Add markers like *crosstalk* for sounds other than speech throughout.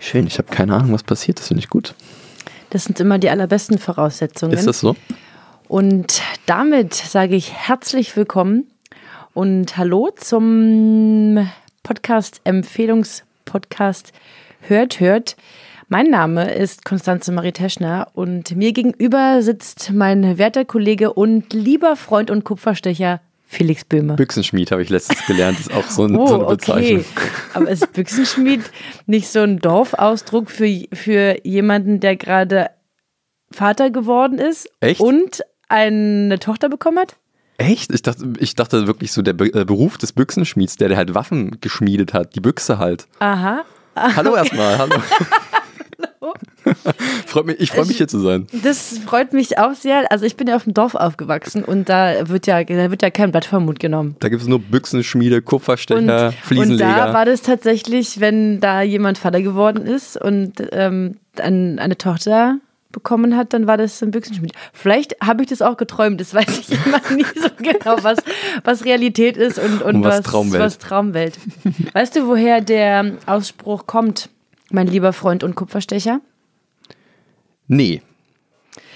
Schön, ich habe keine Ahnung, was passiert. Das finde ich gut. Das sind immer die allerbesten Voraussetzungen. Ist das so? Und damit sage ich herzlich willkommen und hallo zum Podcast Empfehlungspodcast Hört, hört. Mein Name ist Konstanze Marie Teschner und mir gegenüber sitzt mein werter Kollege und lieber Freund und Kupferstecher Felix Böhme. Büchsenschmied habe ich letztens gelernt. Ist auch so, *laughs* Oh, ein, so eine Bezeichnung. Aber ist Büchsenschmied nicht so ein Dorfausdruck für, für jemanden, der gerade Vater geworden ist Echt? und eine Tochter bekommen hat? Echt? Ich dachte, ich dachte wirklich so, der Be äh, Beruf des Büchsenschmieds, der, der halt Waffen geschmiedet hat, die Büchse halt. Aha. *laughs* Hallo erstmal, hallo. *laughs* Freut mich, ich freue mich hier zu sein. Das freut mich auch sehr. Also ich bin ja auf dem Dorf aufgewachsen und da wird ja, da wird ja kein Blatt vom Mund genommen. Da gibt es nur Büchsenschmiede, Und, Kupferstecher, und da Fliesenleger. war das tatsächlich, wenn da jemand Vater geworden ist und ähm, ein, eine Tochter bekommen hat, dann war das ein Büchsenschmied. Vielleicht habe ich das auch geträumt, das weiß ich *laughs* immer nie so genau, was, was Realität ist und, und, Und was was, Traumwelt. was Traumwelt. Weißt du, woher der Ausspruch kommt, mein lieber Freund und Kupferstecher? nee.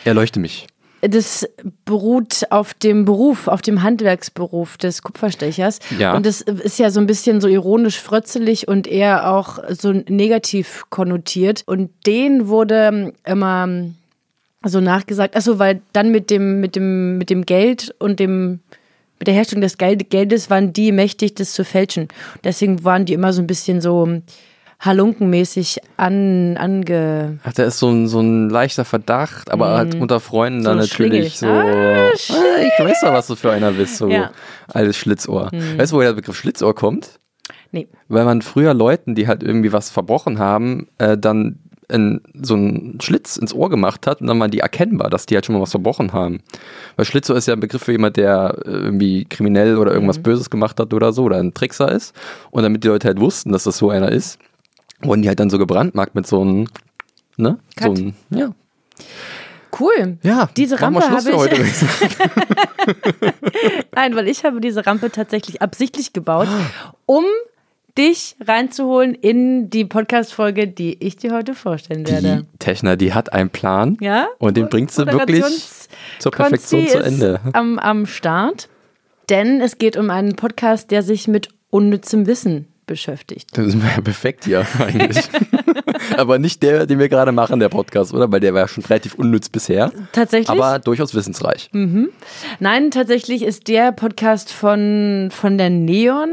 Erleuchte mich. Das beruht auf dem Beruf, auf dem Handwerksberuf des Kupferstechers. Ja. Und das ist ja so ein bisschen so ironisch frötzelig und eher auch so negativ konnotiert. Und den wurde ähm, immer so nachgesagt, achso, weil dann mit dem, mit dem, mit dem Geld und dem mit der Herstellung des Geld- Geldes waren die mächtig, das zu fälschen. Deswegen waren die immer so ein bisschen so halunkenmäßig an, ange. Ach, da ist so ein, so ein leichter Verdacht, aber halt unter Freunden dann Mhm. ein natürlich so. Schlingel. Ah, "Ah, ich weiß doch, was du für einer bist, so Ja. Mhm. altes Schlitzohr. Weißt du, woher der Begriff Schlitzohr kommt? Nee. Weil man früher Leuten, die halt irgendwie was verbrochen haben, äh, dann in, so einen Schlitz ins Ohr gemacht hat und dann waren die erkennbar, dass die halt schon mal was verbrochen haben. Weil Schlitzohr ist ja ein Begriff für jemand, der äh, irgendwie kriminell oder irgendwas Mhm. Böses gemacht hat oder so oder ein Trickser ist. Und damit die Leute halt wussten, dass das so einer ist, wurden die halt dann so gebrandmarkt mit so einem, ne? Cut. So einem, ja. Cool. Ja, Diese machen wir Rampe Schluss habe ich. für heute. Nein, weil ich habe diese Rampe tatsächlich absichtlich gebaut, um dich reinzuholen in die Podcast-Folge, die ich dir heute vorstellen werde. Die Techner, die hat einen Plan Ja? und den bringt sie wirklich Moderations- zur Perfektion Konsti zu Ende. Ist am, am Start, denn es geht um einen Podcast, der sich mit unnützem Wissen beschäftigt. Das sind wir ja perfekt hier *laughs* eigentlich. Aber nicht der, den wir gerade machen, der Podcast, oder? Weil der war ja schon relativ unnütz bisher. Tatsächlich? Aber durchaus wissensreich. Nein, tatsächlich ist der Podcast von, von der Neon.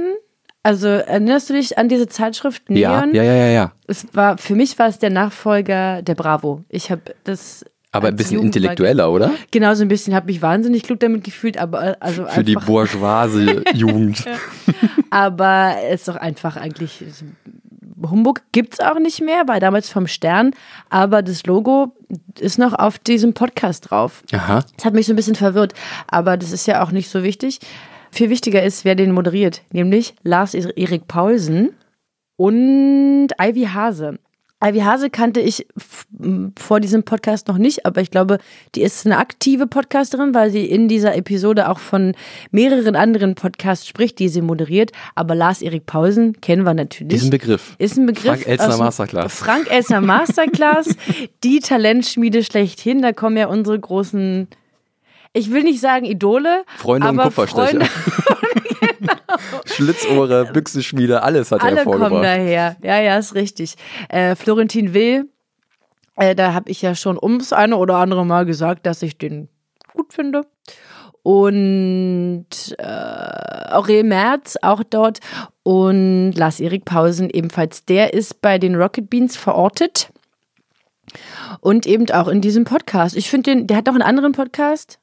Also erinnerst du dich an diese Zeitschrift Ja, Neon? ja, ja, ja, ja. Es war, für mich war es der Nachfolger der Bravo. Ich habe das. Aber ein als bisschen Jugend- intellektueller, oder? Genau, so ein bisschen habe mich wahnsinnig klug damit gefühlt, aber also Für die einfach, *laughs* bourgeoise-Jugend. aber es ist doch einfach eigentlich Humbug gibt's auch nicht mehr, war damals vom Stern, aber das Logo ist noch auf diesem Podcast drauf. Aha. Das hat mich so ein bisschen verwirrt, aber das ist ja auch nicht so wichtig. Viel wichtiger ist, wer den moderiert, nämlich Lars Erik Paulsen und Ivy Hase. Ivy Hase kannte ich f- m, vor diesem Podcast noch nicht, aber ich glaube, die ist eine aktive Podcasterin, weil sie in dieser Episode auch von mehreren anderen Podcasts spricht, die sie moderiert. Aber Lars Erik Paulsen kennen wir natürlich. Diesen Begriff. Ist ein Begriff. Frank Elstner aus dem- Masterclass. Frank Elstner Masterclass, die Talentschmiede schlechthin. Da kommen ja unsere großen, ich will nicht sagen Idole, Freunde und aber Kupferstecher. Freunde, *laughs* Genau. Schlitzohre, Büchsenschmiede, alles hat er alle kommen vorgebracht. daher. Ja, ja, ist richtig. Äh, Florentin Will, äh, da habe ich ja schon ums eine oder andere Mal gesagt, dass ich den gut finde. Und äh, Aurel Merz auch dort und Lars-Erik Pausen ebenfalls. Der ist bei den Rocket Beans verortet und eben auch in diesem Podcast. Ich finde den, der hat noch einen anderen Podcast.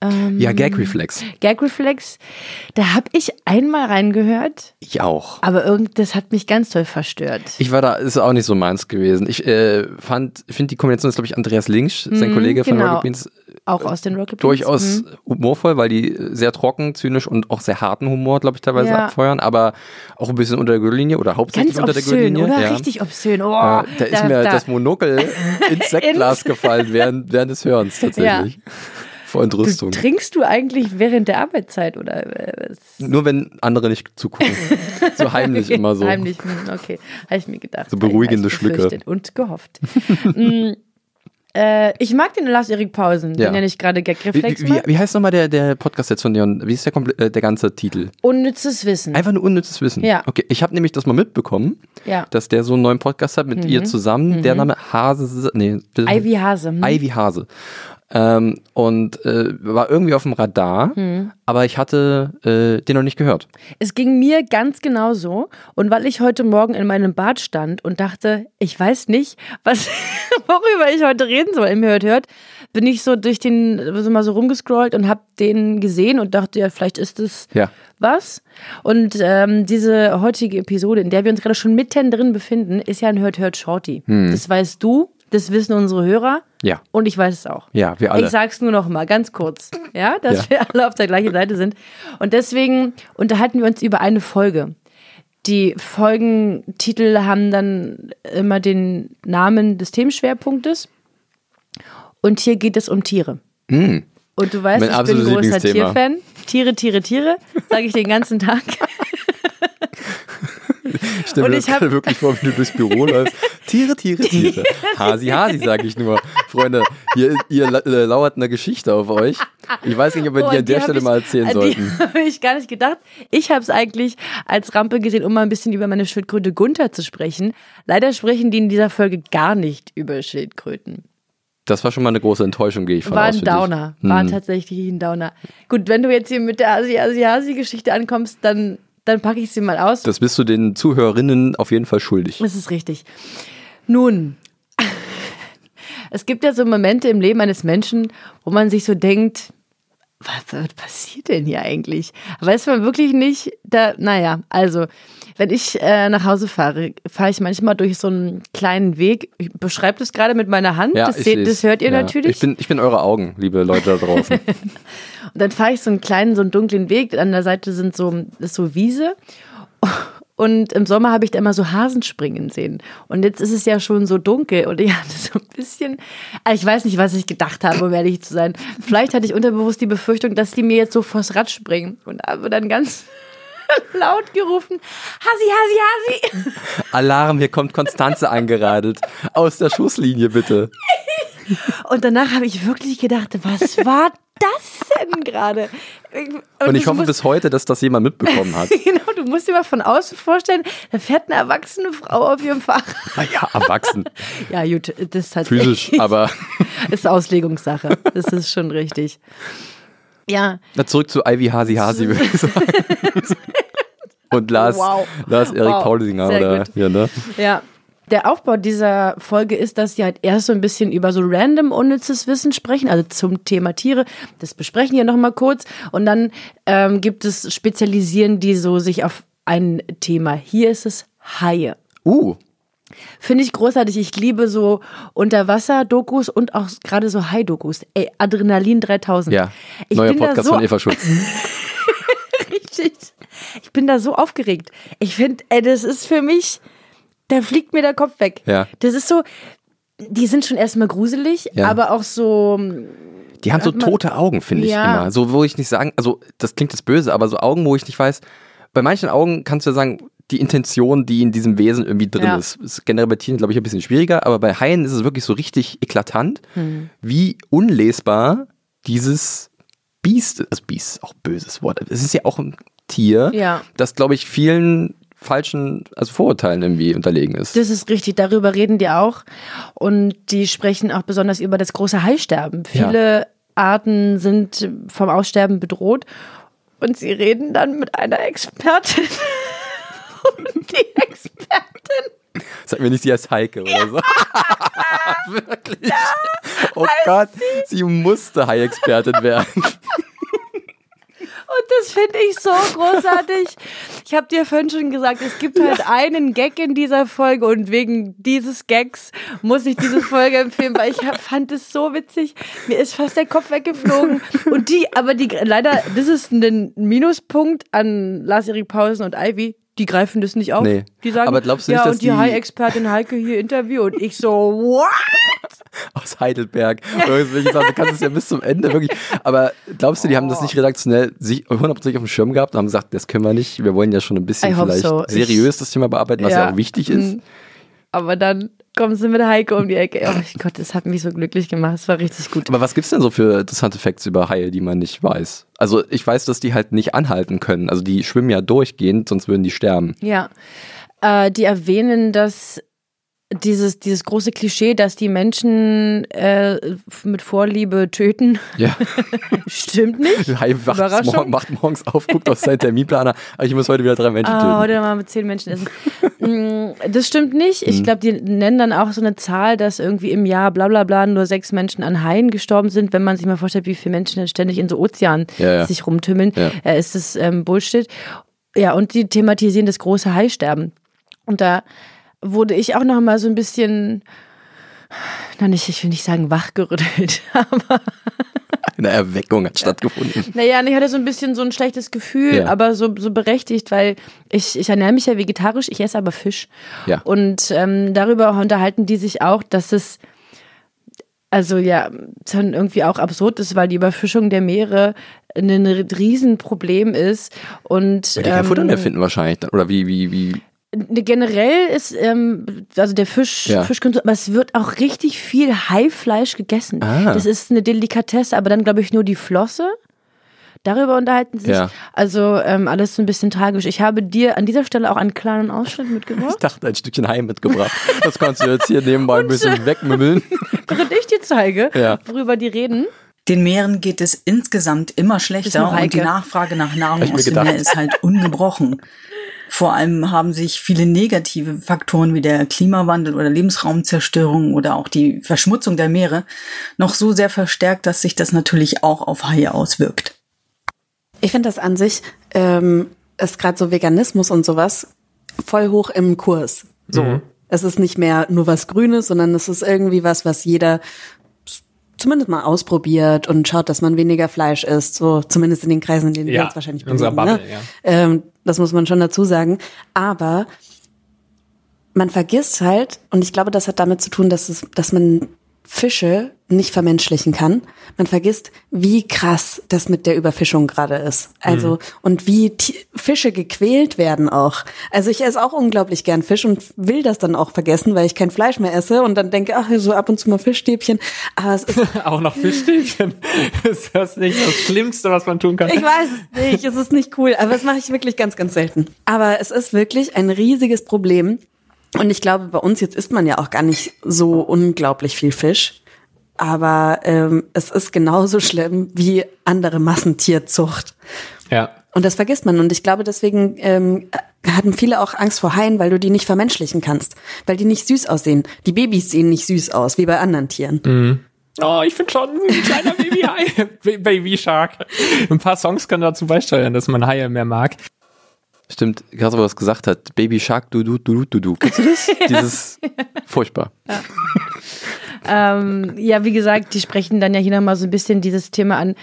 Ähm, Ja, Gag-Reflex. Gag-Reflex, da habe ich einmal reingehört, Ich auch. aber irgend, das hat mich ganz toll verstört. Ich war da, ist auch nicht so meins gewesen. Ich äh, fand, finde die Kombination ist, glaube ich, Andreas Links, sein Kollege von genau. Mhm. Rocket Beans, Auch aus den Hm. Rocket Beans. durchaus humorvoll, weil die äh, sehr trocken, zynisch und auch sehr harten Humor, glaube ich, teilweise Ja. abfeuern, aber auch ein bisschen unter der Gürtellinie oder hauptsächlich Ganz unter der obszön, Gürtellinie. oder? ja. Richtig obszön. Oh, Äh, da ist mir das Monokel *laughs* ins Sektglas gefallen während, während des Hörens tatsächlich. Vor Entrüstung. Trinkst du eigentlich während der Arbeitszeit oder äh, Nur wenn andere nicht *laughs* zugucken. So heimlich immer so. Heimlich, hm, okay. Habe ich mir gedacht. So beruhigende Hab ich befürchtet Schlücke. Und gehofft. *laughs* Mm, äh, ich mag den Lars-Erik Pausen, Ja. den ja nicht gerade Wie, Gag-Reflex wie, macht. wie heißt nochmal der, der Podcast jetzt von Neon? Wie ist der, komple- äh, der ganze Titel? Unnützes Wissen. Einfach nur unnützes Wissen. Ja. Okay, ich habe nämlich das mal mitbekommen, Ja. Mhm. dass der so einen neuen Podcast hat mit ihr zusammen. Der Name Hase. Nee, Ivy Hase. hm? Ivy Hase. Ähm, und äh, war irgendwie auf dem Radar, Mhm. aber ich hatte äh, den noch nicht gehört. Es ging mir ganz genauso. Und weil ich heute Morgen in meinem Bad stand und dachte, ich weiß nicht, was, *laughs* worüber ich heute reden soll, im Hört hört, bin ich so durch den, so mal so rumgescrollt und habe den gesehen und dachte, ja, vielleicht ist es Ja. was. Und ähm, diese heutige Episode, in der wir uns gerade schon mitten drin befinden, ist ja ein Hört hört Shorty. Das weißt du, das wissen unsere Hörer. Hm. Ja. Und ich weiß es auch. Ja, wir alle. Ich sag's nur noch mal ganz kurz, ja, dass Ja. wir alle auf der gleichen Seite sind. Und deswegen unterhalten wir uns über eine Folge. Die Folgentitel haben dann immer den Namen des Themenschwerpunktes. Und hier geht es um Tiere. Und du weißt, Mm. Mein ich bin ein absolutes großer Lieblingsthema. Tierfan. Tiere, Tiere, Tiere, sage ich den ganzen Tag. *laughs* Ich stelle Und mir ich das gerade hab- wirklich vor, wie du durchs Büro *laughs* läufst. Tiere, Tiere, Tiere. Hasi, Hasi, sage ich nur. Freunde, ihr, ihr la- äh, lauert eine Geschichte auf euch. Ich weiß nicht, ob wir Oh, die an an der hab Stelle ich, mal erzählen an sollten. *laughs* Die habe ich gar nicht gedacht. Ich habe es eigentlich als Rampe gesehen, um mal ein bisschen über meine Schildkröte Gunther zu sprechen. Leider sprechen die in dieser Folge gar nicht über Schildkröten. Das war schon mal eine große Enttäuschung, gehe ich von War aus. ein für dich. Downer. Hm. War tatsächlich ein Downer. Gut, wenn du jetzt hier mit der Asi-Asi-Asi-Geschichte ankommst, dann, dann packe ich sie mal aus. Das bist du den Zuhörerinnen auf jeden Fall schuldig. Das ist richtig. Nun, *laughs* es gibt ja so Momente im Leben eines Menschen, wo man sich so denkt, was, was passiert denn hier eigentlich? Weiß man wirklich nicht, da, naja, also, wenn ich äh, nach Hause fahre, fahre ich manchmal durch so einen kleinen Weg. Ich beschreibe das gerade mit meiner Hand, das, ich seht- seh's. das hört ihr Ja. natürlich. Ich bin, ich bin eure Augen, liebe Leute da *laughs* draußen. Und dann fahre ich so einen kleinen, so einen dunklen Weg. An der Seite sind so, ist so Wiese. Und im Sommer habe ich da immer so Hasen springen sehen. Und jetzt ist es ja schon so dunkel und ich hatte so ein bisschen, Ah, ich weiß nicht, was ich gedacht habe, um ehrlich zu sein. Vielleicht hatte ich unterbewusst die Befürchtung, dass die mir jetzt so vors Rad springen. Und habe dann ganz *laughs* laut gerufen, Hasi, Hasi, Hasi. Alarm, hier kommt Konstanze angeradelt. Aus der Schusslinie, bitte. Und danach habe ich wirklich gedacht, was war das denn gerade? Und das ich hoffe muss- bis heute, dass das jemand mitbekommen *laughs* hat. Genau, du musst dir mal von außen vorstellen, da fährt eine erwachsene Frau auf ihrem Fahrrad. *laughs* Naja, Ah erwachsen. Ja, gut, das ist tatsächlich. *laughs* Physisch, aber. *laughs* Ist Auslegungssache. Das ist schon richtig. Ja, Na, zurück zu Ivy Hasi Hasi, würde ich *laughs* sagen. Und Lars, Wow. Lars Erik Wow, Paulisinger sehr oder gut. ja, ne? ja. Der Aufbau dieser Folge ist, dass sie halt erst so ein bisschen über so random unnützes Wissen sprechen, also zum Thema Tiere. Das besprechen wir nochmal kurz. Und dann ähm, gibt es Spezialisieren, die so sich auf ein Thema. Hier ist es Haie. Uh, Finde ich großartig. Ich liebe so Unterwasser-Dokus und auch gerade so High-Dokus. Ey, Adrenalin 3000. ja. Ich Neuer bin da Podcast so von Eva Schulz. richtig. Ich bin da so aufgeregt. Ich finde, ey, das ist für mich, da fliegt mir der Kopf weg. Ja. Das ist so, die sind schon erstmal gruselig, Ja. aber auch so, Die haben so tote Augen, finde ich Ja. immer. So, wo ich nicht sagen, also das klingt jetzt böse, aber so Augen, wo ich nicht weiß, bei manchen Augen kannst du ja sagen, die Intention, die in diesem Wesen irgendwie drin Ja. ist. ist generell bei Tieren, glaube ich, ein bisschen schwieriger, aber bei Haien ist es wirklich so richtig eklatant, Hm. wie unlesbar dieses Biest, also Biest ist auch ein böses Wort, es ist ja auch ein Tier, Ja. das, glaube ich, vielen falschen, also Vorurteilen irgendwie unterlegen ist. das ist richtig. Darüber reden die auch. Und die sprechen auch besonders über das große Haisterben. Ja. Viele Arten sind vom Aussterben bedroht. Und sie reden dann mit einer Expertin. *laughs* Und die Expertin Sag mir nicht, sie heißt Heike oder *laughs* so. Wirklich. oh Gott, sie musste Hai-Expertin werden. *laughs* Das finde ich so großartig. Ich habe dir vorhin schon gesagt, es gibt halt einen Gag in dieser Folge und wegen dieses Gags muss ich diese Folge empfehlen, weil ich hab- fand es so witzig. Mir ist fast der Kopf weggeflogen. Und die, aber die, leider, das ist ein Minuspunkt an Lars-Erik Pausen und Ivy. Die greifen das nicht auf. Nee. Die sagen, Aber glaubst du ja, nicht, dass und die, die- High-Expertin Heike hier Interview und ich so, what? aus Heidelberg. Oder irgendwelche Sachen. Du kannst es ja bis zum Ende wirklich. Aber glaubst du, die haben das Oh. nicht redaktionell sich 100% auf dem Schirm gehabt und haben gesagt, das können wir nicht. Wir wollen ja schon ein bisschen I hope vielleicht so. Ich- seriös das Thema bearbeiten, was ja, Ja. Mhm. auch wichtig ist. Aber dann kommen sie mit Heike um die Ecke. Oh mein Gott, das hat mich so glücklich gemacht. Es war richtig gut. Aber was gibt's denn so für interessante Facts über Haie, die man nicht weiß? Also ich weiß, dass die halt nicht anhalten können. Also die schwimmen ja durchgehend, sonst würden die sterben. Ja. Äh, die erwähnen, dass dieses, dieses große Klischee, dass die Menschen äh, f- mit Vorliebe töten, *laughs* Ja. stimmt nicht. Hai wacht, Überraschung. mor macht morgens auf, guckt auf seinen Terminplaner. Aber ich muss heute wieder drei Menschen Ah, töten. heute mal mit zehn Menschen essen. Mm, das stimmt nicht. Mhm. Ich glaube, die nennen dann auch so eine Zahl, dass irgendwie im Jahr bla bla bla nur sechs Menschen an Haien gestorben sind. Wenn man sich mal vorstellt, wie viele Menschen denn ständig in so Ozeanen Ja, ja. sich rumtümmeln, Ja. äh, ist das ähm, Bullshit. Ja, und die thematisieren das große Haisterben. Und da wurde ich auch noch mal so ein bisschen, na nicht, ich will nicht sagen wachgerüttelt, aber Eine Erweckung hat stattgefunden. naja, und ich hatte so ein bisschen so ein schlechtes Gefühl, Ja. aber so, so berechtigt, weil ich, ich ernähre mich ja vegetarisch, ich esse aber Fisch. Ja. Und ähm, darüber unterhalten die sich auch, dass es also ja dann irgendwie auch absurd ist, weil die Überfischung der Meere ein Riesenproblem ist. Und ähm, Die kein Futter mehr finden wahrscheinlich. dann. Oder wie, wie, wie. Ne, Generell ist, ähm, also der Fisch, Ja. Fischkonsum, aber es wird auch richtig viel Haifleisch gegessen. Ah. Das ist eine Delikatesse, aber dann glaube ich nur die Flosse. Darüber unterhalten sie sich. Ja. Also ähm, alles so ein bisschen tragisch. Ich habe dir an dieser Stelle auch einen kleinen Ausschnitt Ich *laughs* mitgebracht. dachte, ein Stückchen Hai mitgebracht. Das kannst du jetzt hier nebenbei ein bisschen wegmümmeln. Während ich dir zeige, Ja. worüber die reden. Den Meeren geht es insgesamt immer schlechter noch und die Heike. Nachfrage nach Hab ich Nahrung mir aus dem gedacht. Meer ist halt ungebrochen. Vor allem haben sich viele negative Faktoren wie der Klimawandel oder Lebensraumzerstörung oder auch die Verschmutzung der Meere noch so sehr verstärkt, dass sich das natürlich auch auf Haie auswirkt. Ich finde das an sich, ähm, ist gerade so Veganismus und sowas voll hoch im Kurs. So. Mhm. Es ist nicht mehr nur was Grünes, sondern es ist irgendwie was, was jeder s- zumindest mal ausprobiert und schaut, dass man weniger Fleisch isst. So zumindest in den Kreisen, in denen wir Ja, uns wahrscheinlich in unserer bewegen, Bubble, ne? ja. ähm, Das muss man schon dazu sagen. Aber man vergisst halt, und ich glaube, das hat damit zu tun, dass, es, dass man Fische nicht vermenschlichen kann. Man vergisst, wie krass das mit der Überfischung gerade ist. Also, und wie Ti- Fische gequält werden auch. Also, ich esse auch unglaublich gern Fisch und will das dann auch vergessen, weil ich kein Fleisch mehr esse und dann denke, ach, so ab und zu mal Fischstäbchen. Aber es ist, Auch noch *laughs* Fischstäbchen. ist das nicht das Schlimmste, was man tun kann? ich weiß es nicht, es ist nicht cool, aber das mache ich wirklich ganz, ganz selten. Aber es ist wirklich ein riesiges Problem. Und ich glaube, bei uns jetzt isst man ja auch gar nicht so unglaublich viel Fisch. Aber ähm, es ist genauso schlimm wie andere Massentierzucht. ja. Und das vergisst man. Und ich glaube, deswegen ähm, hatten viele auch Angst vor Haien, weil du die nicht vermenschlichen kannst. Weil die nicht süß aussehen. Die Babys sehen nicht süß aus, wie bei anderen Tieren. Oh, ich bin schon ein kleiner Baby-Hai. *laughs* Ba- Baby Shark. Ein paar Songs können dazu beisteuern, dass man Haie mehr mag. Stimmt, krass, was er das gesagt hat. Baby Shark, du, du, du, du, du. Kennst du *laughs* das? Dieses. Furchtbar. Ähm, ja, wie gesagt, die sprechen dann ja hier nochmal so ein bisschen dieses Thema an,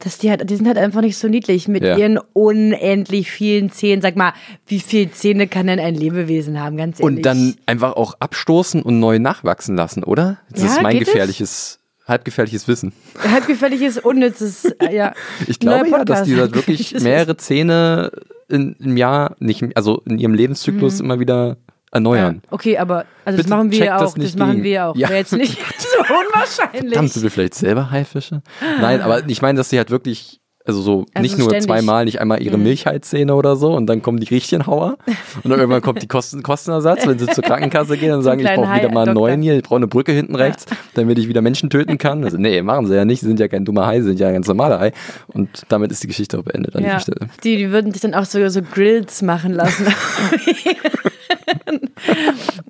dass die halt, die sind halt einfach nicht so niedlich mit Ja. ihren unendlich vielen Zähnen. Sag mal, wie viele Zähne kann denn ein Lebewesen haben, ganz ehrlich? Und dann einfach auch abstoßen und neu nachwachsen lassen, oder? Das Ja, ist mein geht es? gefährliches, halbgefährliches Wissen. Halbgefälliges, unnützes, äh, ja. *laughs* Ich glaube Neuer ja, dass Podcast. die halt *laughs* wirklich mehrere Zähne in, im Jahr, nicht, also in ihrem Lebenszyklus Mhm. immer wieder erneuern. Okay, aber also das Bitte machen wir checkt ja das auch. Das, nicht machen gegen. wir ja auch. Ja. Wäre *laughs* jetzt nicht *laughs* so unwahrscheinlich. Verdammt, sind wir vielleicht selber Haifische? Nein, aber ich meine, dass sie halt wirklich, also so Also nicht nur ständig. Mhm. zweimal, nicht einmal ihre Milchheitszähne oder so und dann kommen die richtigen Hauer und dann irgendwann kommt die Kosten, Kostenersatz, wenn sie zur Krankenkasse gehen und sagen, ich kleinen brauche wieder mal einen Hai-Doktor. neuen hier, ich brauche eine Brücke hinten rechts, damit ich wieder Menschen töten kann. Also, nee, machen sie ja nicht, sie sind ja kein dummer Hai, sie sind ja ein ganz normaler Hai und damit ist die Geschichte auch beendet an ja. dieser Stelle. die, die würden sich dann auch so, so Grills *laughs* machen lassen.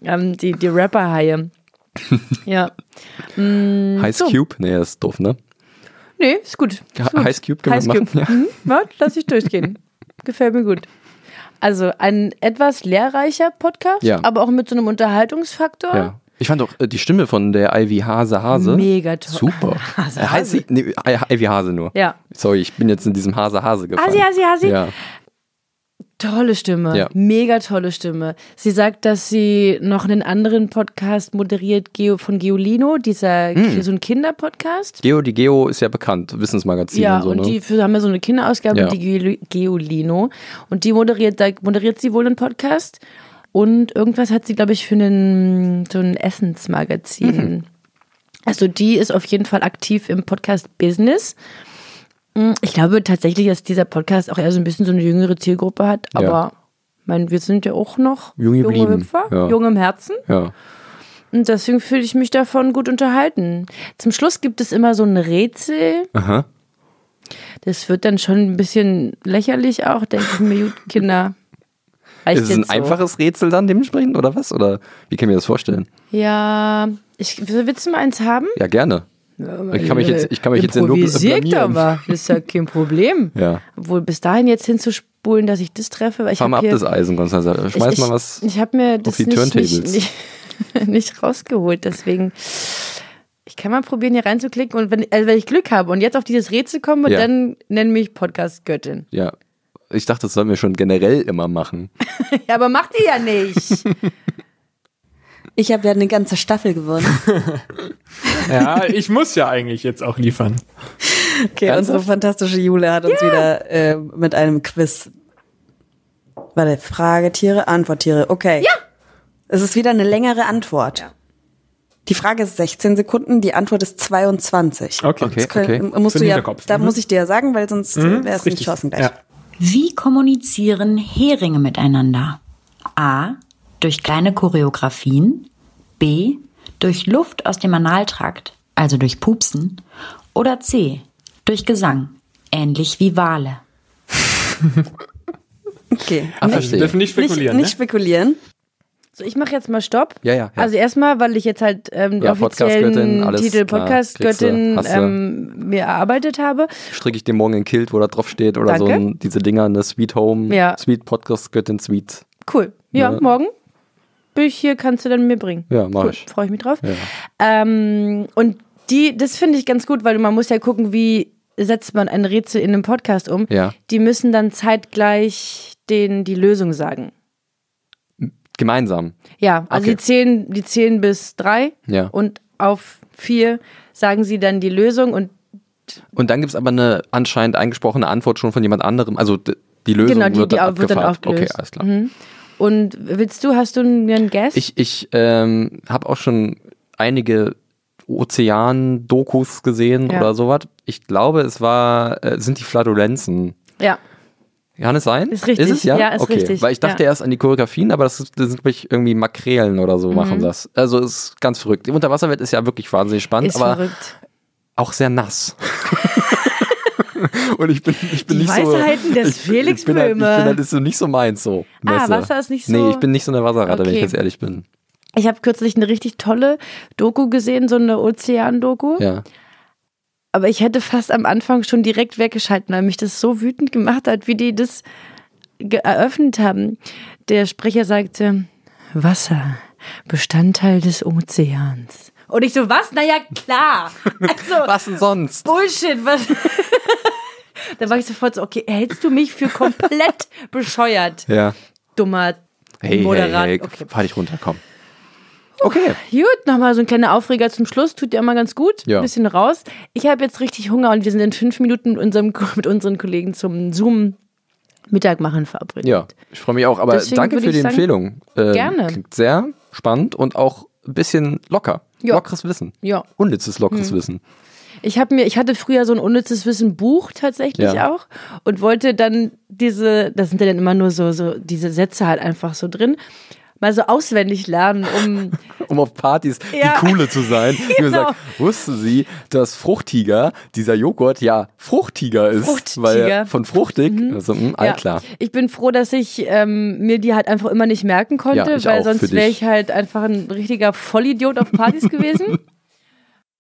ähm, die die Rapperhaie. Ja. Mhm. Ice Cube, nee, das ist doof, ne? Nee, ist gut. Ist gut. Ice Cube können wir Ice machen, ja. Mhm, ja. Lass *laughs* ich durchgehen. Gefällt mir gut. Also ein etwas lehrreicher Podcast, Ja. aber auch mit so einem Unterhaltungsfaktor. Ja. Ich fand auch äh, die Stimme von der Ivy Hase Hase. Mega toll. Super. *laughs* Hase, Äh, heißt sie? Nee, I- Ivy Hase nur. Ja. Sorry, ich bin jetzt in diesem Hase Hase gefallen. Hasi, Hasi, Hasi. Ja. Tolle Stimme, Ja. mega tolle Stimme. Sie sagt, dass sie noch einen anderen Podcast moderiert Geo, von Geolino, dieser so ein Kinderpodcast. Geo, die Geo ist ja bekannt, Wissensmagazin Ja, und so, und ne? die für, haben ja so eine Kinderausgabe, Ja. die Geoli- Geolino. Und die moderiert, da moderiert sie wohl einen Podcast. Und irgendwas hat sie, glaube ich, für einen, so ein Essensmagazin. Mhm. Also die ist auf jeden Fall aktiv im Podcast-Business. Mm, Ich glaube tatsächlich, dass dieser Podcast auch eher so ein bisschen so eine jüngere Zielgruppe hat. Aber ich meine, wir sind ja auch noch Jung junge geblieben, Hüpfer, ja. jung im Herzen. ja. Und deswegen fühle ich mich davon gut unterhalten. Zum Schluss gibt es immer so ein Rätsel. Aha. Das wird dann schon ein bisschen lächerlich auch, denke ich mir, gut, Kinder. Reicht Ist es ein jetzt so. einfaches Rätsel dann dementsprechend oder was? Oder wie kann ich mir das vorstellen? Ja, ich, willst du mal eins haben? Ja, gerne. Ich kann mich jetzt, ich kann mich jetzt in Lob Improvisiert blamieren. aber, ist ja kein Problem. Ja. Obwohl, bis dahin jetzt hinzuspulen, dass ich das treffe, weil ich Fahr mal habe ab hier... das Eisen, Konstanze. Schmeiß ich, mal was. Ich, ich habe mir das die nicht, nicht, Turntables. nicht, nicht *laughs* rausgeholt, deswegen... Ich kann mal probieren, hier reinzuklicken und wenn, also wenn ich Glück habe und jetzt auf dieses Rätsel komme, Ja. dann nenn mich Podcast-Göttin. ja. Ich dachte, das sollen wir schon generell immer machen. Ja, aber macht ihr ja nicht. *laughs* Ich habe ja eine ganze Staffel gewonnen. Ja, ich muss ja eigentlich jetzt auch liefern. Okay, unsere fantastische Jule hat uns wieder äh, mit einem Quiz. Warte, Fragetiere, Antworttiere. Okay. Ja. Es ist wieder eine längere Antwort. Die Frage ist 16 Sekunden, die Antwort ist 22. Okay. Okay. Das können, äh, Musst Für du den ja, Hinterkopf. da Mhm. muss ich dir ja sagen, weil sonst äh, wäre es nicht Richtig. chancengleich. Ja. Wie kommunizieren Heringe miteinander? A. Durch kleine Choreografien. B. Durch Luft aus dem Analtrakt, also durch Pupsen. Oder C. Durch Gesang, ähnlich wie Wale. Okay. Ah, Wir verstehe. dürfen nicht spekulieren. nicht, nicht ne? spekulieren. So, ich mache jetzt mal Stopp. Ja, ja, ja. Also erstmal, weil ich jetzt halt ähm, Ja, Podcast-Göttin, offiziellen alles Titel klar, kriegst du, Podcast-Göttin hast du. ähm, mir erarbeitet habe. Stricke ich dir morgen ein Kilt, wo da drauf steht oder so Danke. ein, diese Dinger, eine Sweet Home, Ja. Sweet Podcast Göttin Sweet. Cool. Ja, Ja. morgen bin ich hier, kannst du dann mir bringen. Ne? Ja, mach cool. ich. Freue ich mich drauf. Ähm, und die, das finde ich ganz gut, weil man muss ja gucken, wie setzt man ein Rätsel in einem Podcast um. Ja. Die müssen dann zeitgleich den, die Lösung sagen. Gemeinsam. Ja, also Okay. die, zählen, die zählen bis drei Ja. und auf vier sagen sie dann die Lösung und Und dann gibt es aber eine anscheinend eingesprochene Antwort schon von jemand anderem. Also d- die Lösung Genau, die- wird, die dann au- wird dann abgefragt. aufgelöst. Mhm. Okay, alles klar. Und willst du, hast du einen Guest? Ich, ich ähm, habe auch schon einige Ozean-Dokus gesehen Ja. oder sowas. Ich glaube, es war, äh, sind die Flatulenzen. ja. Kann es sein? Ist richtig. Ist es ja? Ja, ist okay. richtig. Weil ich dachte Ja. erst an die Choreografien, aber das, ist, das sind mich irgendwie Makrelen oder so Mhm. machen das. Also ist ganz verrückt. Die Unterwasserwelt ist ja wirklich wahnsinnig spannend, Ist aber verrückt. auch sehr *laughs* nass. Und ich bin, ich bin Die nicht so. Weisheiten des ich, Felix ich bin halt, ich bin Böhme. halt, ist so nicht so meins so. Ah, Messe. Wasser ist nicht so- Nee, ich bin nicht so eine Wasserratte, wenn ich Okay. ganz ehrlich bin. Ich habe kürzlich eine richtig tolle Doku gesehen, so eine Ozean-Doku. Ja. Aber ich hätte fast am Anfang schon direkt weggeschalten, weil mich das so wütend gemacht hat, wie die das ge- eröffnet haben. Der Sprecher sagte, Wasser, Bestandteil des Ozeans. Und ich so, was? Naja, *laughs* klar. Also, Was denn sonst? *laughs* Bullshit, was? da war ich sofort so, okay, hältst du mich für komplett bescheuert, Ja. dummer Hey, Moderator. hey, hey, Okay. fahr dich runter, komm. Okay. Gut, nochmal so ein kleiner Aufreger zum Schluss. Tut ja immer ganz gut. Ja. Ein bisschen raus. Ich habe jetzt richtig Hunger und wir sind in fünf Minuten mit, unserem, mit unseren Kollegen zum Zoom Mittag machen verabredet. Ja, ich freue mich auch, aber Deswegen danke würde für ich die sagen, Empfehlung. Ähm, gerne. Klingt sehr spannend und auch ein bisschen locker. Ja. Lockeres Wissen. Ja. Hm. Unnützes lockeres Wissen. *laughs* Ich habe mir, ich hatte früher so ein unnützes Wissen Buch tatsächlich Ja. auch und wollte dann diese, da sind ja dann immer nur so, so diese Sätze halt einfach so drin, mal so auswendig lernen, *laughs* um Um auf Partys Ja. die Coole zu *laughs* sein. Die mir Genau. sagt, wussten Sie, dass Fruchtiger, dieser Joghurt, ja, Fruchtiger ist. Fruchtiger. Mhm. Weil er von fruchtig, also, mh, all Ja. klar. Ich bin froh, dass ich ähm, mir die halt einfach immer nicht merken konnte, Ja, ich weil auch, für sonst dich. *laughs* wäre ich halt einfach ein richtiger Vollidiot auf Partys gewesen.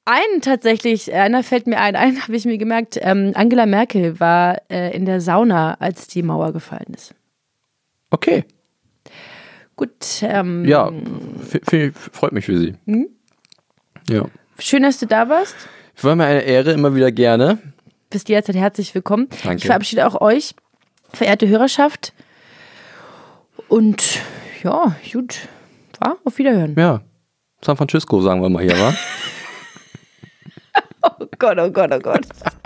Einen tatsächlich, äh, einer fällt mir ein, *laughs* einen habe ich mir gemerkt. Ähm, Angela Merkel war äh, in der Sauna, als die Mauer gefallen ist. Okay. Gut, ähm, Ja, f- f- freut mich für Sie. Mhm. Ja. schön, dass du da warst. War mir eine Ehre, immer wieder gerne. Bist jederzeit halt herzlich willkommen. Danke. Ich verabschiede auch euch, verehrte Hörerschaft. Und ja, gut. War auf Wiederhören. Ja. San Francisco, sagen wir mal hier, wa? Oh Gott, oh Gott, oh Gott.